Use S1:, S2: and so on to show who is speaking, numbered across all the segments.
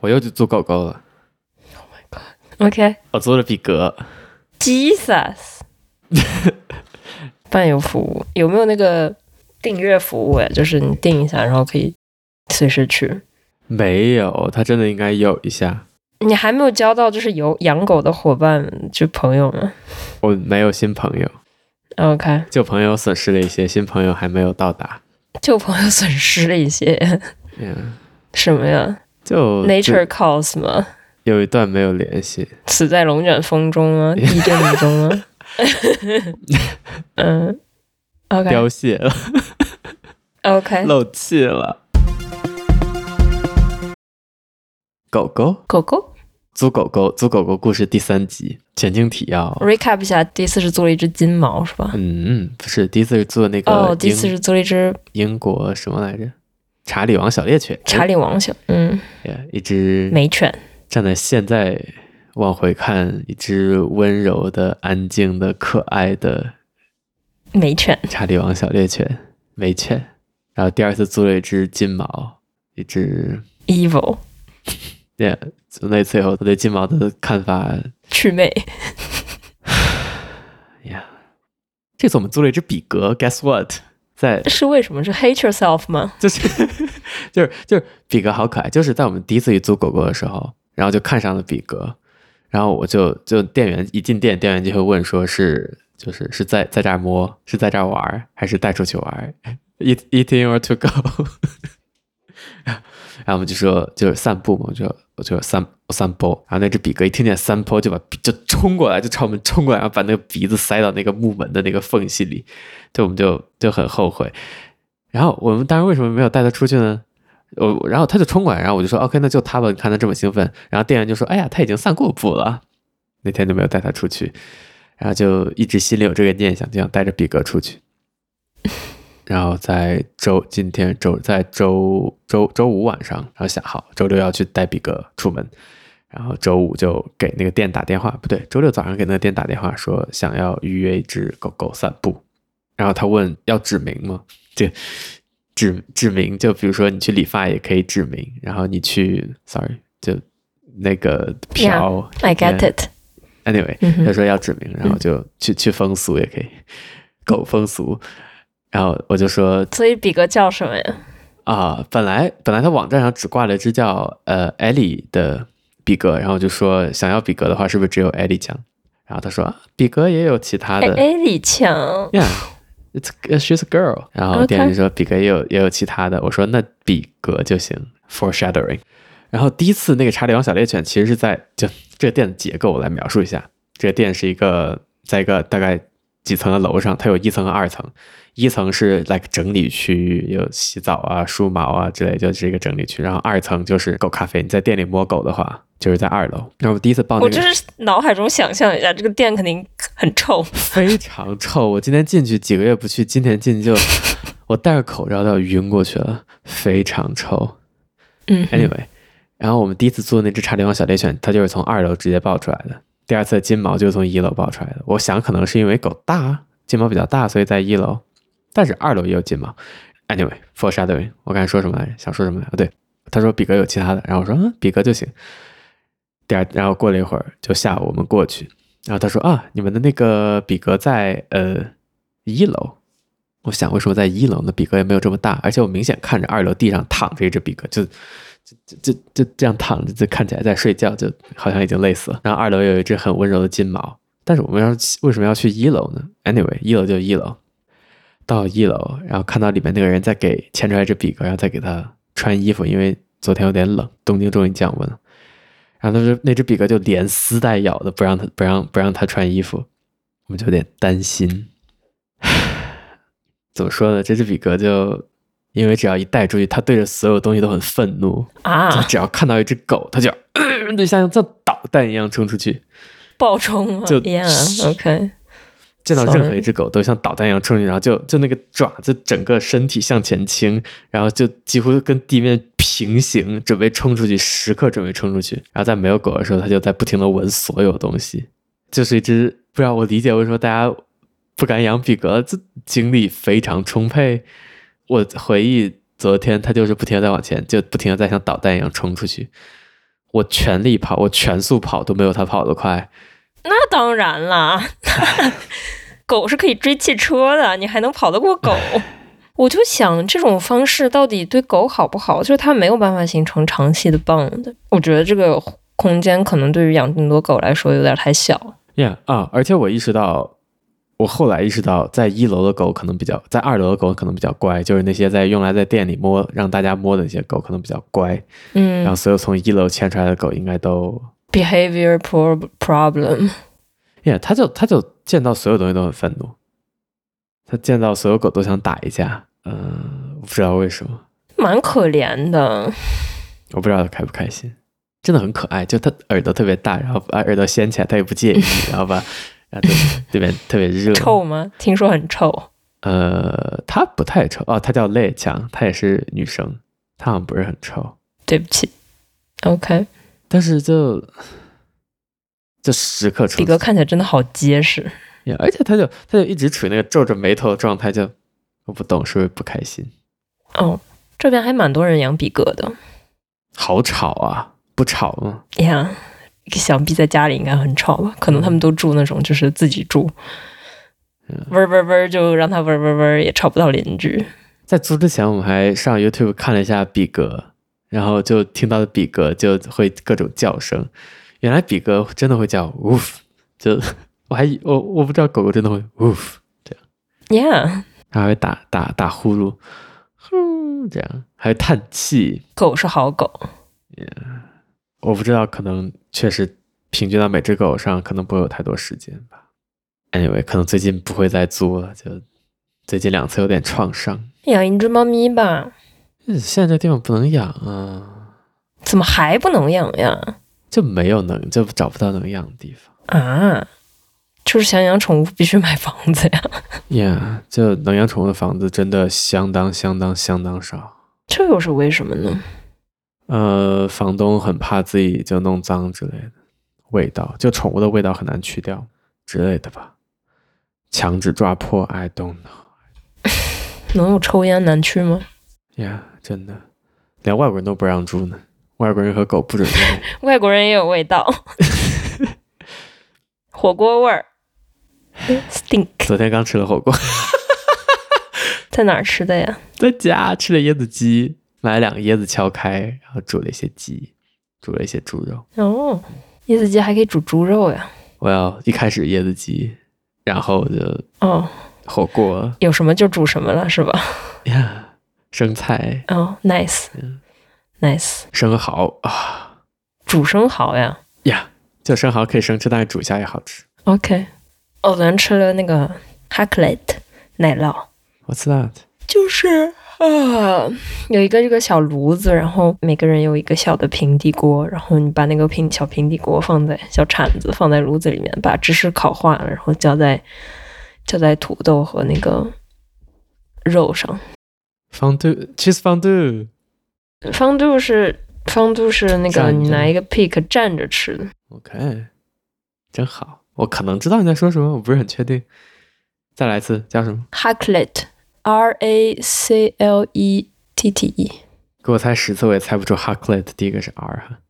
S1: 我又去做狗狗了，
S2: OK，
S1: 我做了比格，
S2: Jesus，伴游服务有没有那个订阅服务呀？就是你订一下，然后可以随时去。
S1: 没有，它真的应该有一下，
S2: 你还没有交到就是有养狗的伙伴就朋友吗
S1: 我没有新朋友，
S2: ？OK，
S1: 旧朋友损失了一些，新朋友还没有到达。
S2: 旧朋友损失了一些
S1: 嗯，
S2: 什么呀
S1: 就
S2: ？Nature calls 吗？
S1: 有一段没有联系，
S2: 死在龙卷风中吗？地震中吗？嗯，OK
S1: 凋谢了，
S2: OK，
S1: 漏气了。狗狗
S2: 狗狗
S1: 租狗狗租狗狗故事第三集前情提要。
S2: recap 一下，第一次是做了一只金毛是吧？
S1: 嗯，不是第一次是做那个
S2: 哦，第一
S1: 英
S2: 次是做了一只
S1: 英国什么来着？查理王小猎犬，
S2: 查理王小，嗯，
S1: Yeah，一只
S2: 美犬。
S1: 站在现在往回看，一只温柔的、安静的、可爱的
S2: 美犬，
S1: 查理王小猎犬美犬。然后第二次租了一只金毛，一只
S2: evil
S1: 对，从那次以后，他对金毛的看法
S2: 祛魅，
S1: 呀。这次我们租了一只比格，Guess what？在
S2: 是为什么？是 hate yourself 吗？
S1: 就是就是就是比格好可爱，就是在我们第一次去租狗狗的时候，然后就看上了比格，然后我就就店员一进店，店员就会问说是就是是在在这儿摸，是在这儿玩儿，还是带出去玩儿？Eat eating or to go？然后我们就说就是散步嘛，我就我就散我散步，然后那只比格一听见散步就把就冲过来，就朝我们冲过来，然后把那个鼻子塞到那个木门的那个缝隙里，就我们就就很后悔。然后我们当时为什么没有带他出去呢？我我然后他就冲过来，然后我就说哦 OK，那就他吧。你看他这么兴奋，然后店员就说：“哎呀，他已经散过步了。”那天就没有带他出去，然后就一直心里有这个念想，就想带着比格出去。然后在周今天周在周周周五晚上，然后想好周六要去带比格出门，然后周五就给那个店打电话，不对，周六早上给那个店打电话说想要预约一只狗狗散步，然后他问要指名吗？指指名，就比如说你去理发也可以指名，然后你去，sorry，就那个嫖
S2: I get it。
S1: Anyway，
S2: 嗯哼嗯
S1: 他说要指名，然后就去去风俗也可以，狗风俗。然后我就说
S2: 所以比格叫什么呀？
S1: 啊、本来本来他网站上只挂了一只叫呃艾莉的比格，然后我就说想要比格的话，是不是只有艾莉酱？然后他说啊比格也有其他
S2: 哎，
S1: 的，
S2: 艾丽强，
S1: Yeah, it's a- she's a girl。然后
S2: OK
S1: 店员就说比格也有也有其他的，我说那比格就行，foreshadowing。然后第一次那个查理王小猎犬其实是在就这个店的结构，我来描述一下。这个店是一个在一个大概几层的楼上，它有一层和二层，一层是 like 整理区域，有洗澡啊、梳毛啊之类，就是一个整理区。然后二层就是狗咖啡，你在店里摸狗的话，就是在二楼。然后我第一次报那
S2: 我
S1: 个
S2: 就是脑海中想象一下，这个店肯定很臭。
S1: 非常臭。我今天进去几个月不去，今天进去就我戴着口罩都要晕过去了，非常臭。
S2: 嗯
S1: Anyway，然后我们第一次租的那只查理王小猎犬，它就是从二楼直接抱出来的。第二次的金毛就是从一楼抱出来的。我想可能是因为狗大，金毛比较大，所以在一楼，但是二楼也有金毛。Anyway，foreshadowing，我刚才说什么来着？想说什么来着？对，他说比格有其他的，然后我说嗯，比格就行。第二，然后过了一会儿就下午我们过去，然后他说啊，你们的那个比格在呃一楼。我想为什么在一楼呢？比格也没有这么大，而且我明显看着二楼地上躺着一只比格，就就就就这样躺着，就看起来在睡觉，就好像已经累死了。然后二楼有一只很温柔的金毛，但是我们要为什么要去一楼呢？Anyway，一楼就一楼，到一楼，然后看到里面那个人在给牵出来一只比格，然后再给它穿衣服，因为昨天有点冷，东京终于降温了。然后那只那只比格就连撕带咬的不让它不让不让它穿衣服，我们就有点担心。 怎么说呢？这只比格就因为只要一带出去，它对着所有东西都很愤怒，就
S2: 啊，
S1: 只要看到一只狗，它就、 呃、就像像导弹一样冲出去，
S2: 爆冲吗
S1: 就
S2: ？Yeah，OK，
S1: 见到
S2: Sorry
S1: 任何一只狗都像导弹一样冲进去，然后就就那个爪子整个身体向前倾，然后就几乎跟地面平行，准备冲出去，时刻准备冲出去。然后在没有狗的时候，它就在不停的闻所有东西，就是一只不知道我理解为什么大家不敢养比格，这精力非常充沛。我回忆昨天，它就是不停的在往前，就不停的在像导弹一样冲出去。我全力跑，我全速跑都没有它跑得快。
S2: 那当然啦， 狗是可以追汽车的，你还能跑得过狗？我就想这种方式到底对狗好不好？就是它没有办法形成长期的 bond。我觉得这个空间可能对于养这么多狗来说有点太小。
S1: Yeah 啊、而且我意识到，我后来意识到，在一楼的狗可能比较，在二楼的狗可能比较乖，就是那些在用来在店里摸让大家摸的那些狗可能比较乖，然
S2: 嗯
S1: 后所有从一楼牵出来的狗应该都
S2: ，behavior prob- problem。
S1: 耶，他就他就见到所有东西都很愤怒，他见到所有狗都想打一架。嗯、我不知道为什么，
S2: 蛮可怜的，
S1: 我不知道他开不开心，真的很可爱。就他耳朵特别大，然后把耳朵掀起来，他也不介意， 然后把然后就这边特别热。
S2: 臭吗？听说很臭。
S1: 呃，他不太臭哦，他叫赖强，他也是女生，他好像不是很臭，
S2: 对不起，OK，
S1: 但是就就时刻处
S2: 比格看起来真的好结实。
S1: 呀，而且他就他就一直处于那个皱着眉头的状态，就我不懂是不是不开心。
S2: 哦，这边还蛮多人养比格的
S1: 好吵啊！不吵吗？
S2: 呀想必在家里应该很吵吧？可能他们都住那种就是自己住，
S1: 嗯
S2: 嗡嗡嗡就让它嗡嗡嗡，也吵不到邻居。
S1: 在租之前，我们还上 YouTube 看了一下比格，然后就听到的比格就会各种叫声。原来比格真的会叫 woof，就 我还以我我不知道狗狗真的会 woof，
S2: Yeah，
S1: 还会打打打呼噜，呼这样，还会叹气。
S2: 狗是好狗，
S1: 我不知道，可能确实平均到每只狗上，可能不会有太多时间吧。Anyway，可能最近不会再租了，就最近两次有点创伤。
S2: 养一只猫咪吧，
S1: 嗯现在这地方不能养啊，
S2: 怎么还不能养呀？
S1: 就没有能就找不到能养的地方。
S2: 啊，就是想养宠物必须买房子呀。
S1: Yeah，就能养宠物的房子真的相当相当相当少。
S2: 这又是为什么呢？
S1: 呃，房东很怕自己就弄脏之类的味道，就宠物的味道很难去掉之类的吧。强制抓破，I don't know。
S2: 能有抽烟难去吗？
S1: Yeah，真的，连外国人都不让住呢。外国人和狗不准入 内。
S2: 外国人也有味道，火锅味儿，stink，
S1: 昨天刚吃了火锅，
S2: 在哪儿吃的呀？
S1: 在家吃了椰子鸡，买了两个椰子敲开，然后煮了一些鸡，煮了一些猪肉。
S2: 哦，椰子鸡还可以煮猪肉呀。
S1: 我要一开始椰子鸡，然后就
S2: 哦，
S1: 火锅
S2: 有什么就煮什么了，是 吧？
S1: 呀，生菜、
S2: 哦
S1: 嗯
S2: ，nice，nice，
S1: 生蚝啊
S2: 煮生蚝呀。
S1: 呀，就生蚝可以生吃，但是煮一下也好吃。
S2: OK，哦我昨天吃了那个 Hacklet 奶酪，
S1: What's that？
S2: 就是啊，有一个这个小炉子，然后每个人有一个小的平底锅，然后你把那个平小平底锅放在小铲子放在炉子里面，把芝士烤化了，然后浇在浇在土豆和那个肉上。
S1: Fondue cheese fondue。
S2: 方度是方度是那个
S1: 蘸着
S2: 你拿一个 pick 蘸着吃的，
S1: OK，真好。我可能知道你在说什么，我不是很确定。再来一次，叫什么？
S2: Hacklet R A C L E T T E。
S1: 给我猜十次，我也猜不出 Haklet 第一个是 R 哈，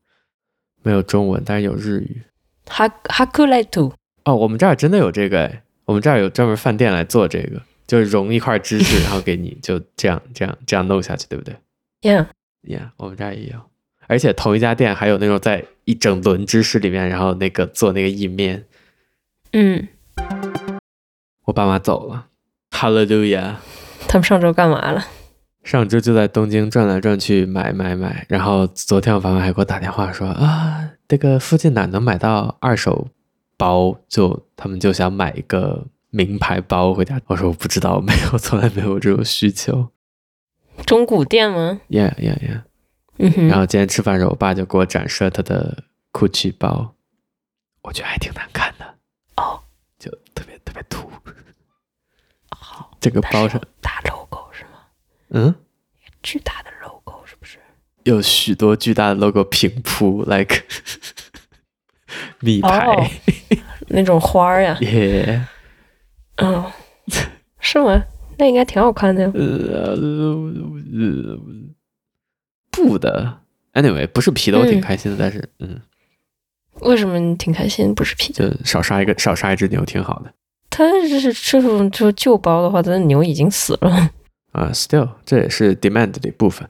S1: 没有中文，但是有日语。
S2: 哈哈克莱图，
S1: 哦，我们这儿真的有这个哎，我们这儿有专门饭店来做这个，就是融一块芝士，然后给你就这样这样这样弄下去，对不对
S2: 呀，
S1: ？Yeah，我们这儿也有，而且同一家店还有那种在一整轮芝士里面，然后那个做那个意面。
S2: 嗯，
S1: 我爸妈走了，Hallelujah！
S2: 他们上周干嘛了？
S1: 上周就在东京转来转去买买买，然后昨天我爸妈还给我打电话说啊，这个附近哪能买到二手包？就他们就想买一个名牌包回家。我说我不知道，没有，从来没有这种需求。
S2: 中古店吗？
S1: Yeah yeah yeah。
S2: 嗯哼，
S1: 然后今天吃饭的时候，我爸就给我展示了他的 GUCCI 包，我觉得还挺难看的
S2: 哦，
S1: 就特别特别土。
S2: 好。
S1: 这个包
S2: 是
S1: 上，
S2: 大 logo 是吗？
S1: 嗯，
S2: 巨大的 logo 是不是？
S1: 有许多巨大的 logo 平铺，like 米牌。
S2: 哦那种花儿呀，
S1: 耶，
S2: 嗯，是吗？那应该挺好看的呀。
S1: 呃，呃布的， Anyway，不是皮的，我挺
S2: 嗯
S1: 开心的，但是嗯，
S2: 为什么你挺开心？不是啤酒，
S1: 就少杀一个少杀一只牛挺好的
S2: 它这是这种就旧包的话，它的牛已经死了。
S1: 啊。Still，这也是 demand 的一部分。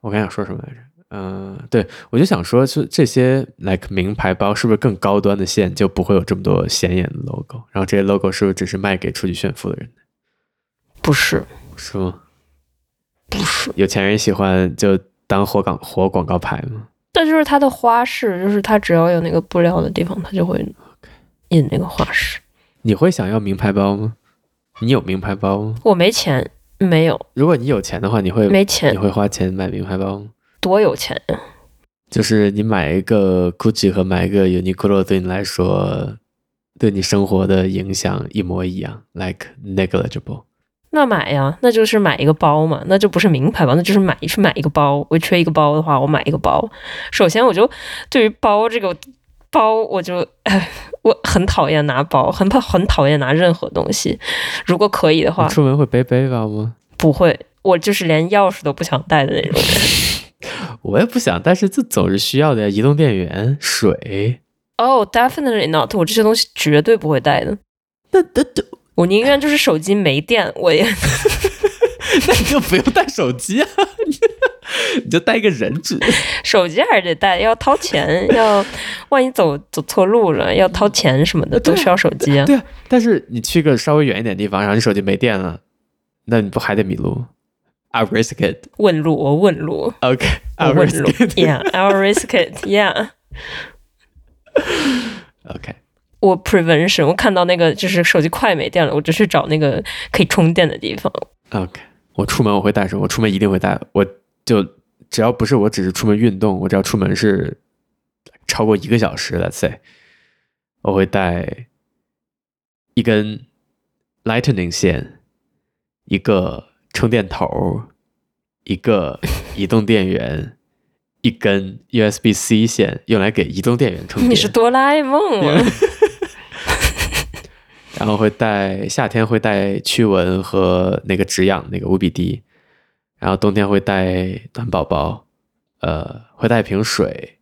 S1: 我刚想说什么来着？嗯、对我就想说，就这些 like 名牌包是不是更高端的线就不会有这么多显眼的 logo？然后这些 logo 是不是只是卖给出去炫富的人？
S2: 不是，
S1: 是吗？
S2: 不是，
S1: 有钱人喜欢就当活广活广告牌吗？
S2: 但就是它的花式，就是它只要有那个布料的地方，它就会印那个花式。
S1: 你会想要名牌包吗？你有名牌包吗？
S2: 我没钱，没有，
S1: 如果你有钱的话，你会
S2: 没
S1: 你
S2: 钱，
S1: 会花钱买名牌包吗？
S2: 多有钱呀！
S1: 就是你买一个 GUCCI 和买一个 Uniqlo 对你来说，对你生活的影响一模一样，like negligible。
S2: 那买呀，那就是买一个包嘛，那就不是名牌包，那就是买去买一个包。我缺一个包的话，我买一个包。首先，我就对于包这个包，我就唉我很讨厌拿包，很怕很讨厌拿任何东西。如果可以的话
S1: 你，出门会背背包吗？
S2: 不会，我就是连钥匙都不想带的那种。
S1: 我也不想，但是这总是需要的呀。移动电源、水，
S2: 哦、d e f i n i t e l y not，我这些东西绝对不会带的。
S1: 那那那
S2: 我宁愿就是手机没电，我也
S1: 那你就不用带手机啊， 你就带一个人质。
S2: 手机还是得带，要掏钱，要万一走走错路了，要掏钱什么的，
S1: 对啊
S2: 都需要手机啊。
S1: 对啊，但是你去个稍微远一点的地方，然后你手机没电了，那你不还得迷路？I risk it.
S2: 问路，我问路，
S1: OK,
S2: 我
S1: I
S2: 问
S1: risk
S2: 路
S1: it.
S2: ，Yeah，I'll risk it，Yeah。
S1: OK，
S2: 我 prevention，我看到那个就是手机快没电了，我就去找那个可以充电的地方。
S1: OK，我出门我会带什么？我出门一定会带，我就只要不是我只是出门运动，我只要出门是超过一个小时，Let's say，我会带一根 Lightning 线，一个充电头，一 个移动电源，一根 USB C 线，用来给移动电源充电。
S2: 你是哆啦 A 梦啊？
S1: 然后会带夏天会带驱蚊和那个止痒那个无比滴，然后冬天会带暖宝宝，呃，会带一瓶水，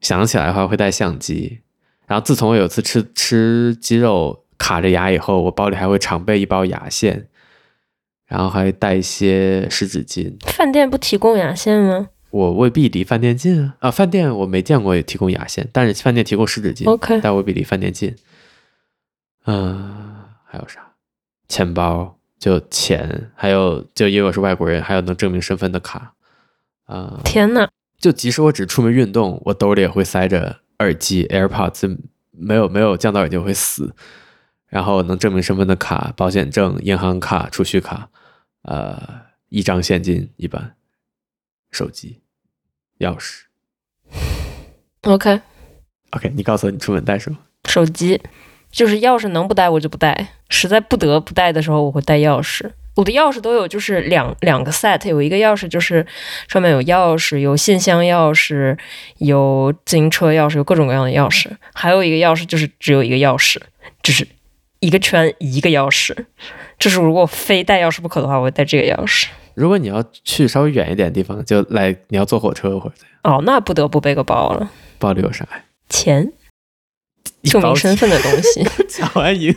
S1: 想起来的话会带相机。然后自从我有一次吃吃鸡肉卡着牙以后，我包里还会常备一包牙线，然后还带一些湿纸巾。
S2: 饭店不提供牙线吗
S1: 我未必离饭店近啊，啊，饭店我没见过有提供牙线，但是饭店提供湿纸巾。
S2: ？OK，
S1: 但我比离饭店近。嗯、还有啥？钱包就钱，还有就因为我是外国人，还有能证明身份的卡。啊、
S2: 天哪！
S1: 就即使我只出门运动，我兜里也会塞着耳机 AirPods，没有没有降到耳机我会死。然后能证明身份的卡、保险证、银行卡、储蓄卡，呃，一张现金一般，手机、钥匙。
S2: OK，
S1: OK，你告诉我你出门带什么？
S2: 手机就是钥匙能不带我就不带，实在不得不带的时候我会带钥匙。我的钥匙都有，就是两两个 set，有一个钥匙就是上面有钥匙，有信箱钥匙，有自行车钥匙，有各种各样的钥匙，还有一个钥匙就是只有一个钥匙，就是一个圈一个钥匙。就是如果非带钥匙不可的话，我会带这个钥匙。
S1: 如果你要去稍微远一点的地方，就来你要坐火车或者
S2: 哦，那不得不背个包了，
S1: 包里有啥呀？
S2: 钱，
S1: 一
S2: 证
S1: 包
S2: 明身份的东西。
S1: 钱，缴完银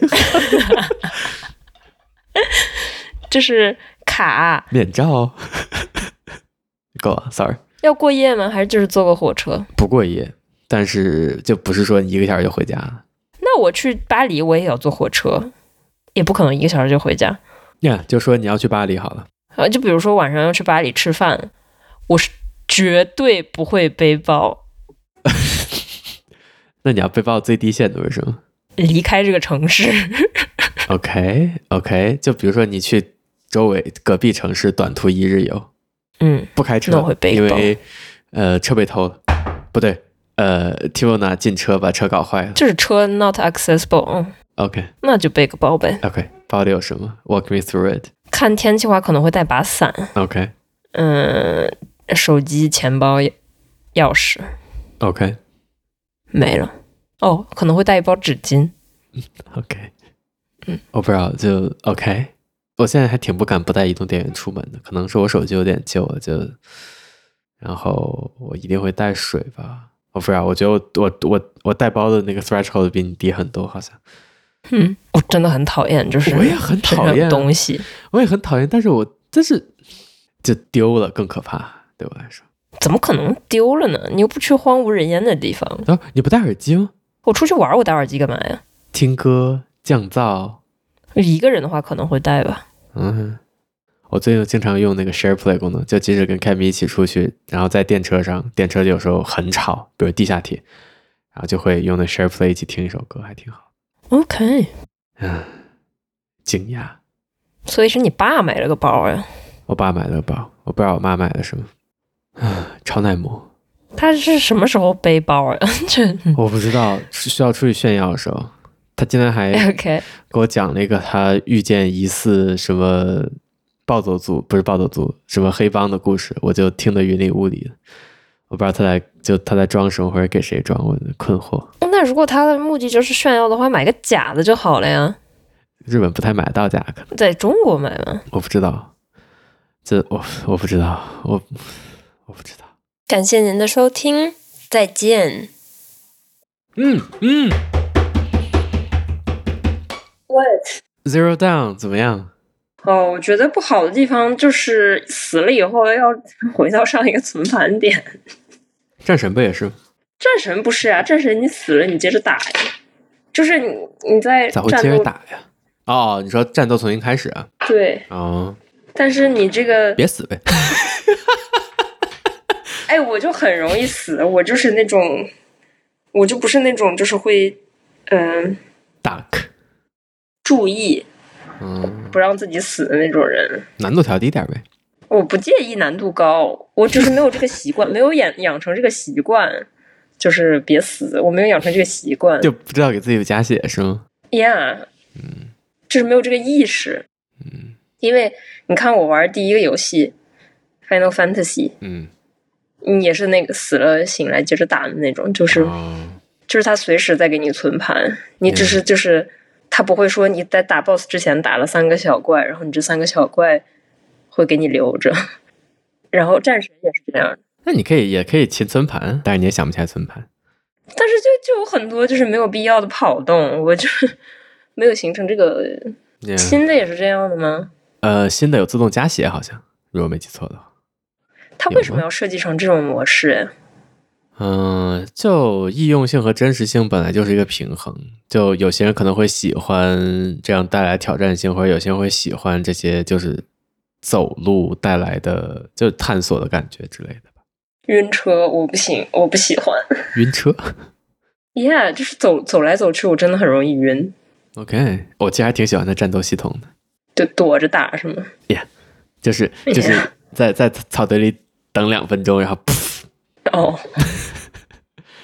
S2: 这是卡，啊
S1: 免照， 够了，sorry，
S2: 要过夜吗？还是就是坐个火车？
S1: 不过夜，但是就不是说你一个小时就回家了。
S2: 那我去巴黎，我也要坐火
S1: 嗯
S2: 车，也不可能一个小时就回家。
S1: 呀、就说你要去巴黎好了，
S2: 呃，就比如说晚上要去巴黎吃饭，我是绝对不会背包
S1: 那你要背包最低限度是什 么
S2: 离开这个城市。
S1: ？OK OK，就比如说你去周围隔壁城市短途一日游，
S2: 嗯，
S1: 不开车，
S2: 那我会背
S1: 因
S2: 包
S1: 为呃车被偷了，不对，呃 Tivona 进车把车搞坏了。
S2: 就是车 not accessible，嗯，
S1: OK
S2: 那就背个包呗。
S1: OK，包里有什么？Walk me through it。
S2: 看天气的话，可能会带把伞，
S1: OK
S2: 嗯，手机、钱包、钥匙
S1: OK
S2: 没了。哦，可能会带一包纸巾。
S1: OK，
S2: 嗯，
S1: 我不知道，就 OK。我现在还挺不敢不带移动电源出门的，可能是我手机有点旧了，就然后我一定会带水吧。我不知道，我觉得我我我我带包的那个 threshold 比你低很多，好像。
S2: 嗯，我真的很讨厌，就是
S1: 我也很讨厌啊
S2: 身上的东西。
S1: 我也很讨厌，但是我但是就丢了更可怕，对我来说。
S2: 怎么可能丢了呢？你又不去荒无人烟的地方。
S1: 然后哦你不戴耳机吗？
S2: 我出去玩，我戴耳机干嘛呀？
S1: 听歌降噪，
S2: 一个人的话可能会戴吧。
S1: 嗯，我最近经常用那个 SharePlay 功能，就即使跟凯米一起出去，然后在电车上，电车有时候很吵，比如地下铁，然后就会用那 SharePlay 一起听一首歌，还挺好。
S2: OK，
S1: 嗯，惊讶，
S2: 所以是你爸买了个包呀？
S1: 我爸买的包，我不知道我妈买的什么，啊，超耐磨，
S2: 他是什么时候背包呀？这
S1: 我不知道，是需要出去炫耀的时候，他今天 还
S2: OK，
S1: 给我讲了一个他遇见疑似什么暴走族，不是暴走族，什么黑帮的故事，我就听得云里雾里的。我不知道他在就他在装什么，或者给谁装，我的困惑。
S2: 那如果他的目的就是炫耀的话，买个假的就好了呀，
S1: 日本不太买得到假，可能
S2: 在中国买嘛。
S1: 我不知道，这我我不知道，我我不知道。
S2: 感谢您的收听，再见。
S1: 嗯嗯
S2: What？
S1: ，Zero Down 怎么样？
S2: 哦，我觉得不好的地方就是死了以后要回到上一个存盘点。
S1: 战神不也是？
S2: 战神不是啊，战神你死了你接着打呀，就是你你在
S1: 咋会
S2: 战
S1: 接着
S2: 斗
S1: 打呀？哦，你说战斗从零开始啊？
S2: 对，
S1: 哦，
S2: 但是你这个
S1: 别死呗。
S2: 哎，我就很容易死，我就是那种，我就不是那种就是会嗯、
S1: Duck，
S2: 注意
S1: 嗯，
S2: 不让自己死的那种人。
S1: 难度调低点儿呗。
S2: 我不介意难度高，我只是没有这个习惯，没有养养成这个习惯，就是别死，我没有养成这个习 惯。
S1: 就不知道给自己加血是吗？
S2: Yeah，
S1: 嗯
S2: 就是没有这个意识。
S1: 嗯
S2: 因为你看，我玩第一个游戏《Final Fantasy
S1: 嗯，》，
S2: 也是那个死了醒来接着打的那种，就是、
S1: 哦
S2: 就是它随时在给你存盘，你只是就是它不会说你在打 BOSS 之前打了三个小怪，然后你这三个小怪会给你留着。 然后战神也是这样，
S1: 那你可以也可以勤存盘，但是你也想不起来存盘。
S2: 但是就就有很多就是没有必要的跑动，我就 没有形成这个。
S1: Yeah
S2: 新的也是这样的吗？
S1: 呃，新的有自动加血，好像如果没记错的话。
S2: 它
S1: 有
S2: 为什么
S1: 吗
S2: 要设计成这种模式呀？
S1: 嗯，就易用性和真实性本来就是一个平衡。就有些人可能会喜欢这样带来挑战性，或者有些人会喜欢这些就是走路带来的就是探索的感觉之类的吧。
S2: 晕车我不行，我不喜欢。
S1: 晕车
S2: Yeah，就是走走来走去，我真的很容易晕，
S1: ，OK，我其实还挺喜欢它战斗系统的。
S2: 就躲着打是吗？
S1: 就是就是在在草堆里等两分钟，然后噗
S2: 哦，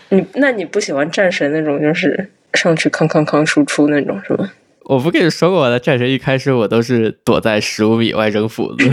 S2: 你那你不喜欢战神那种，就是上去康康康输出那种是吗？
S1: 我不跟你说过，我的战神一开始我都是躲在十五米外扔斧子，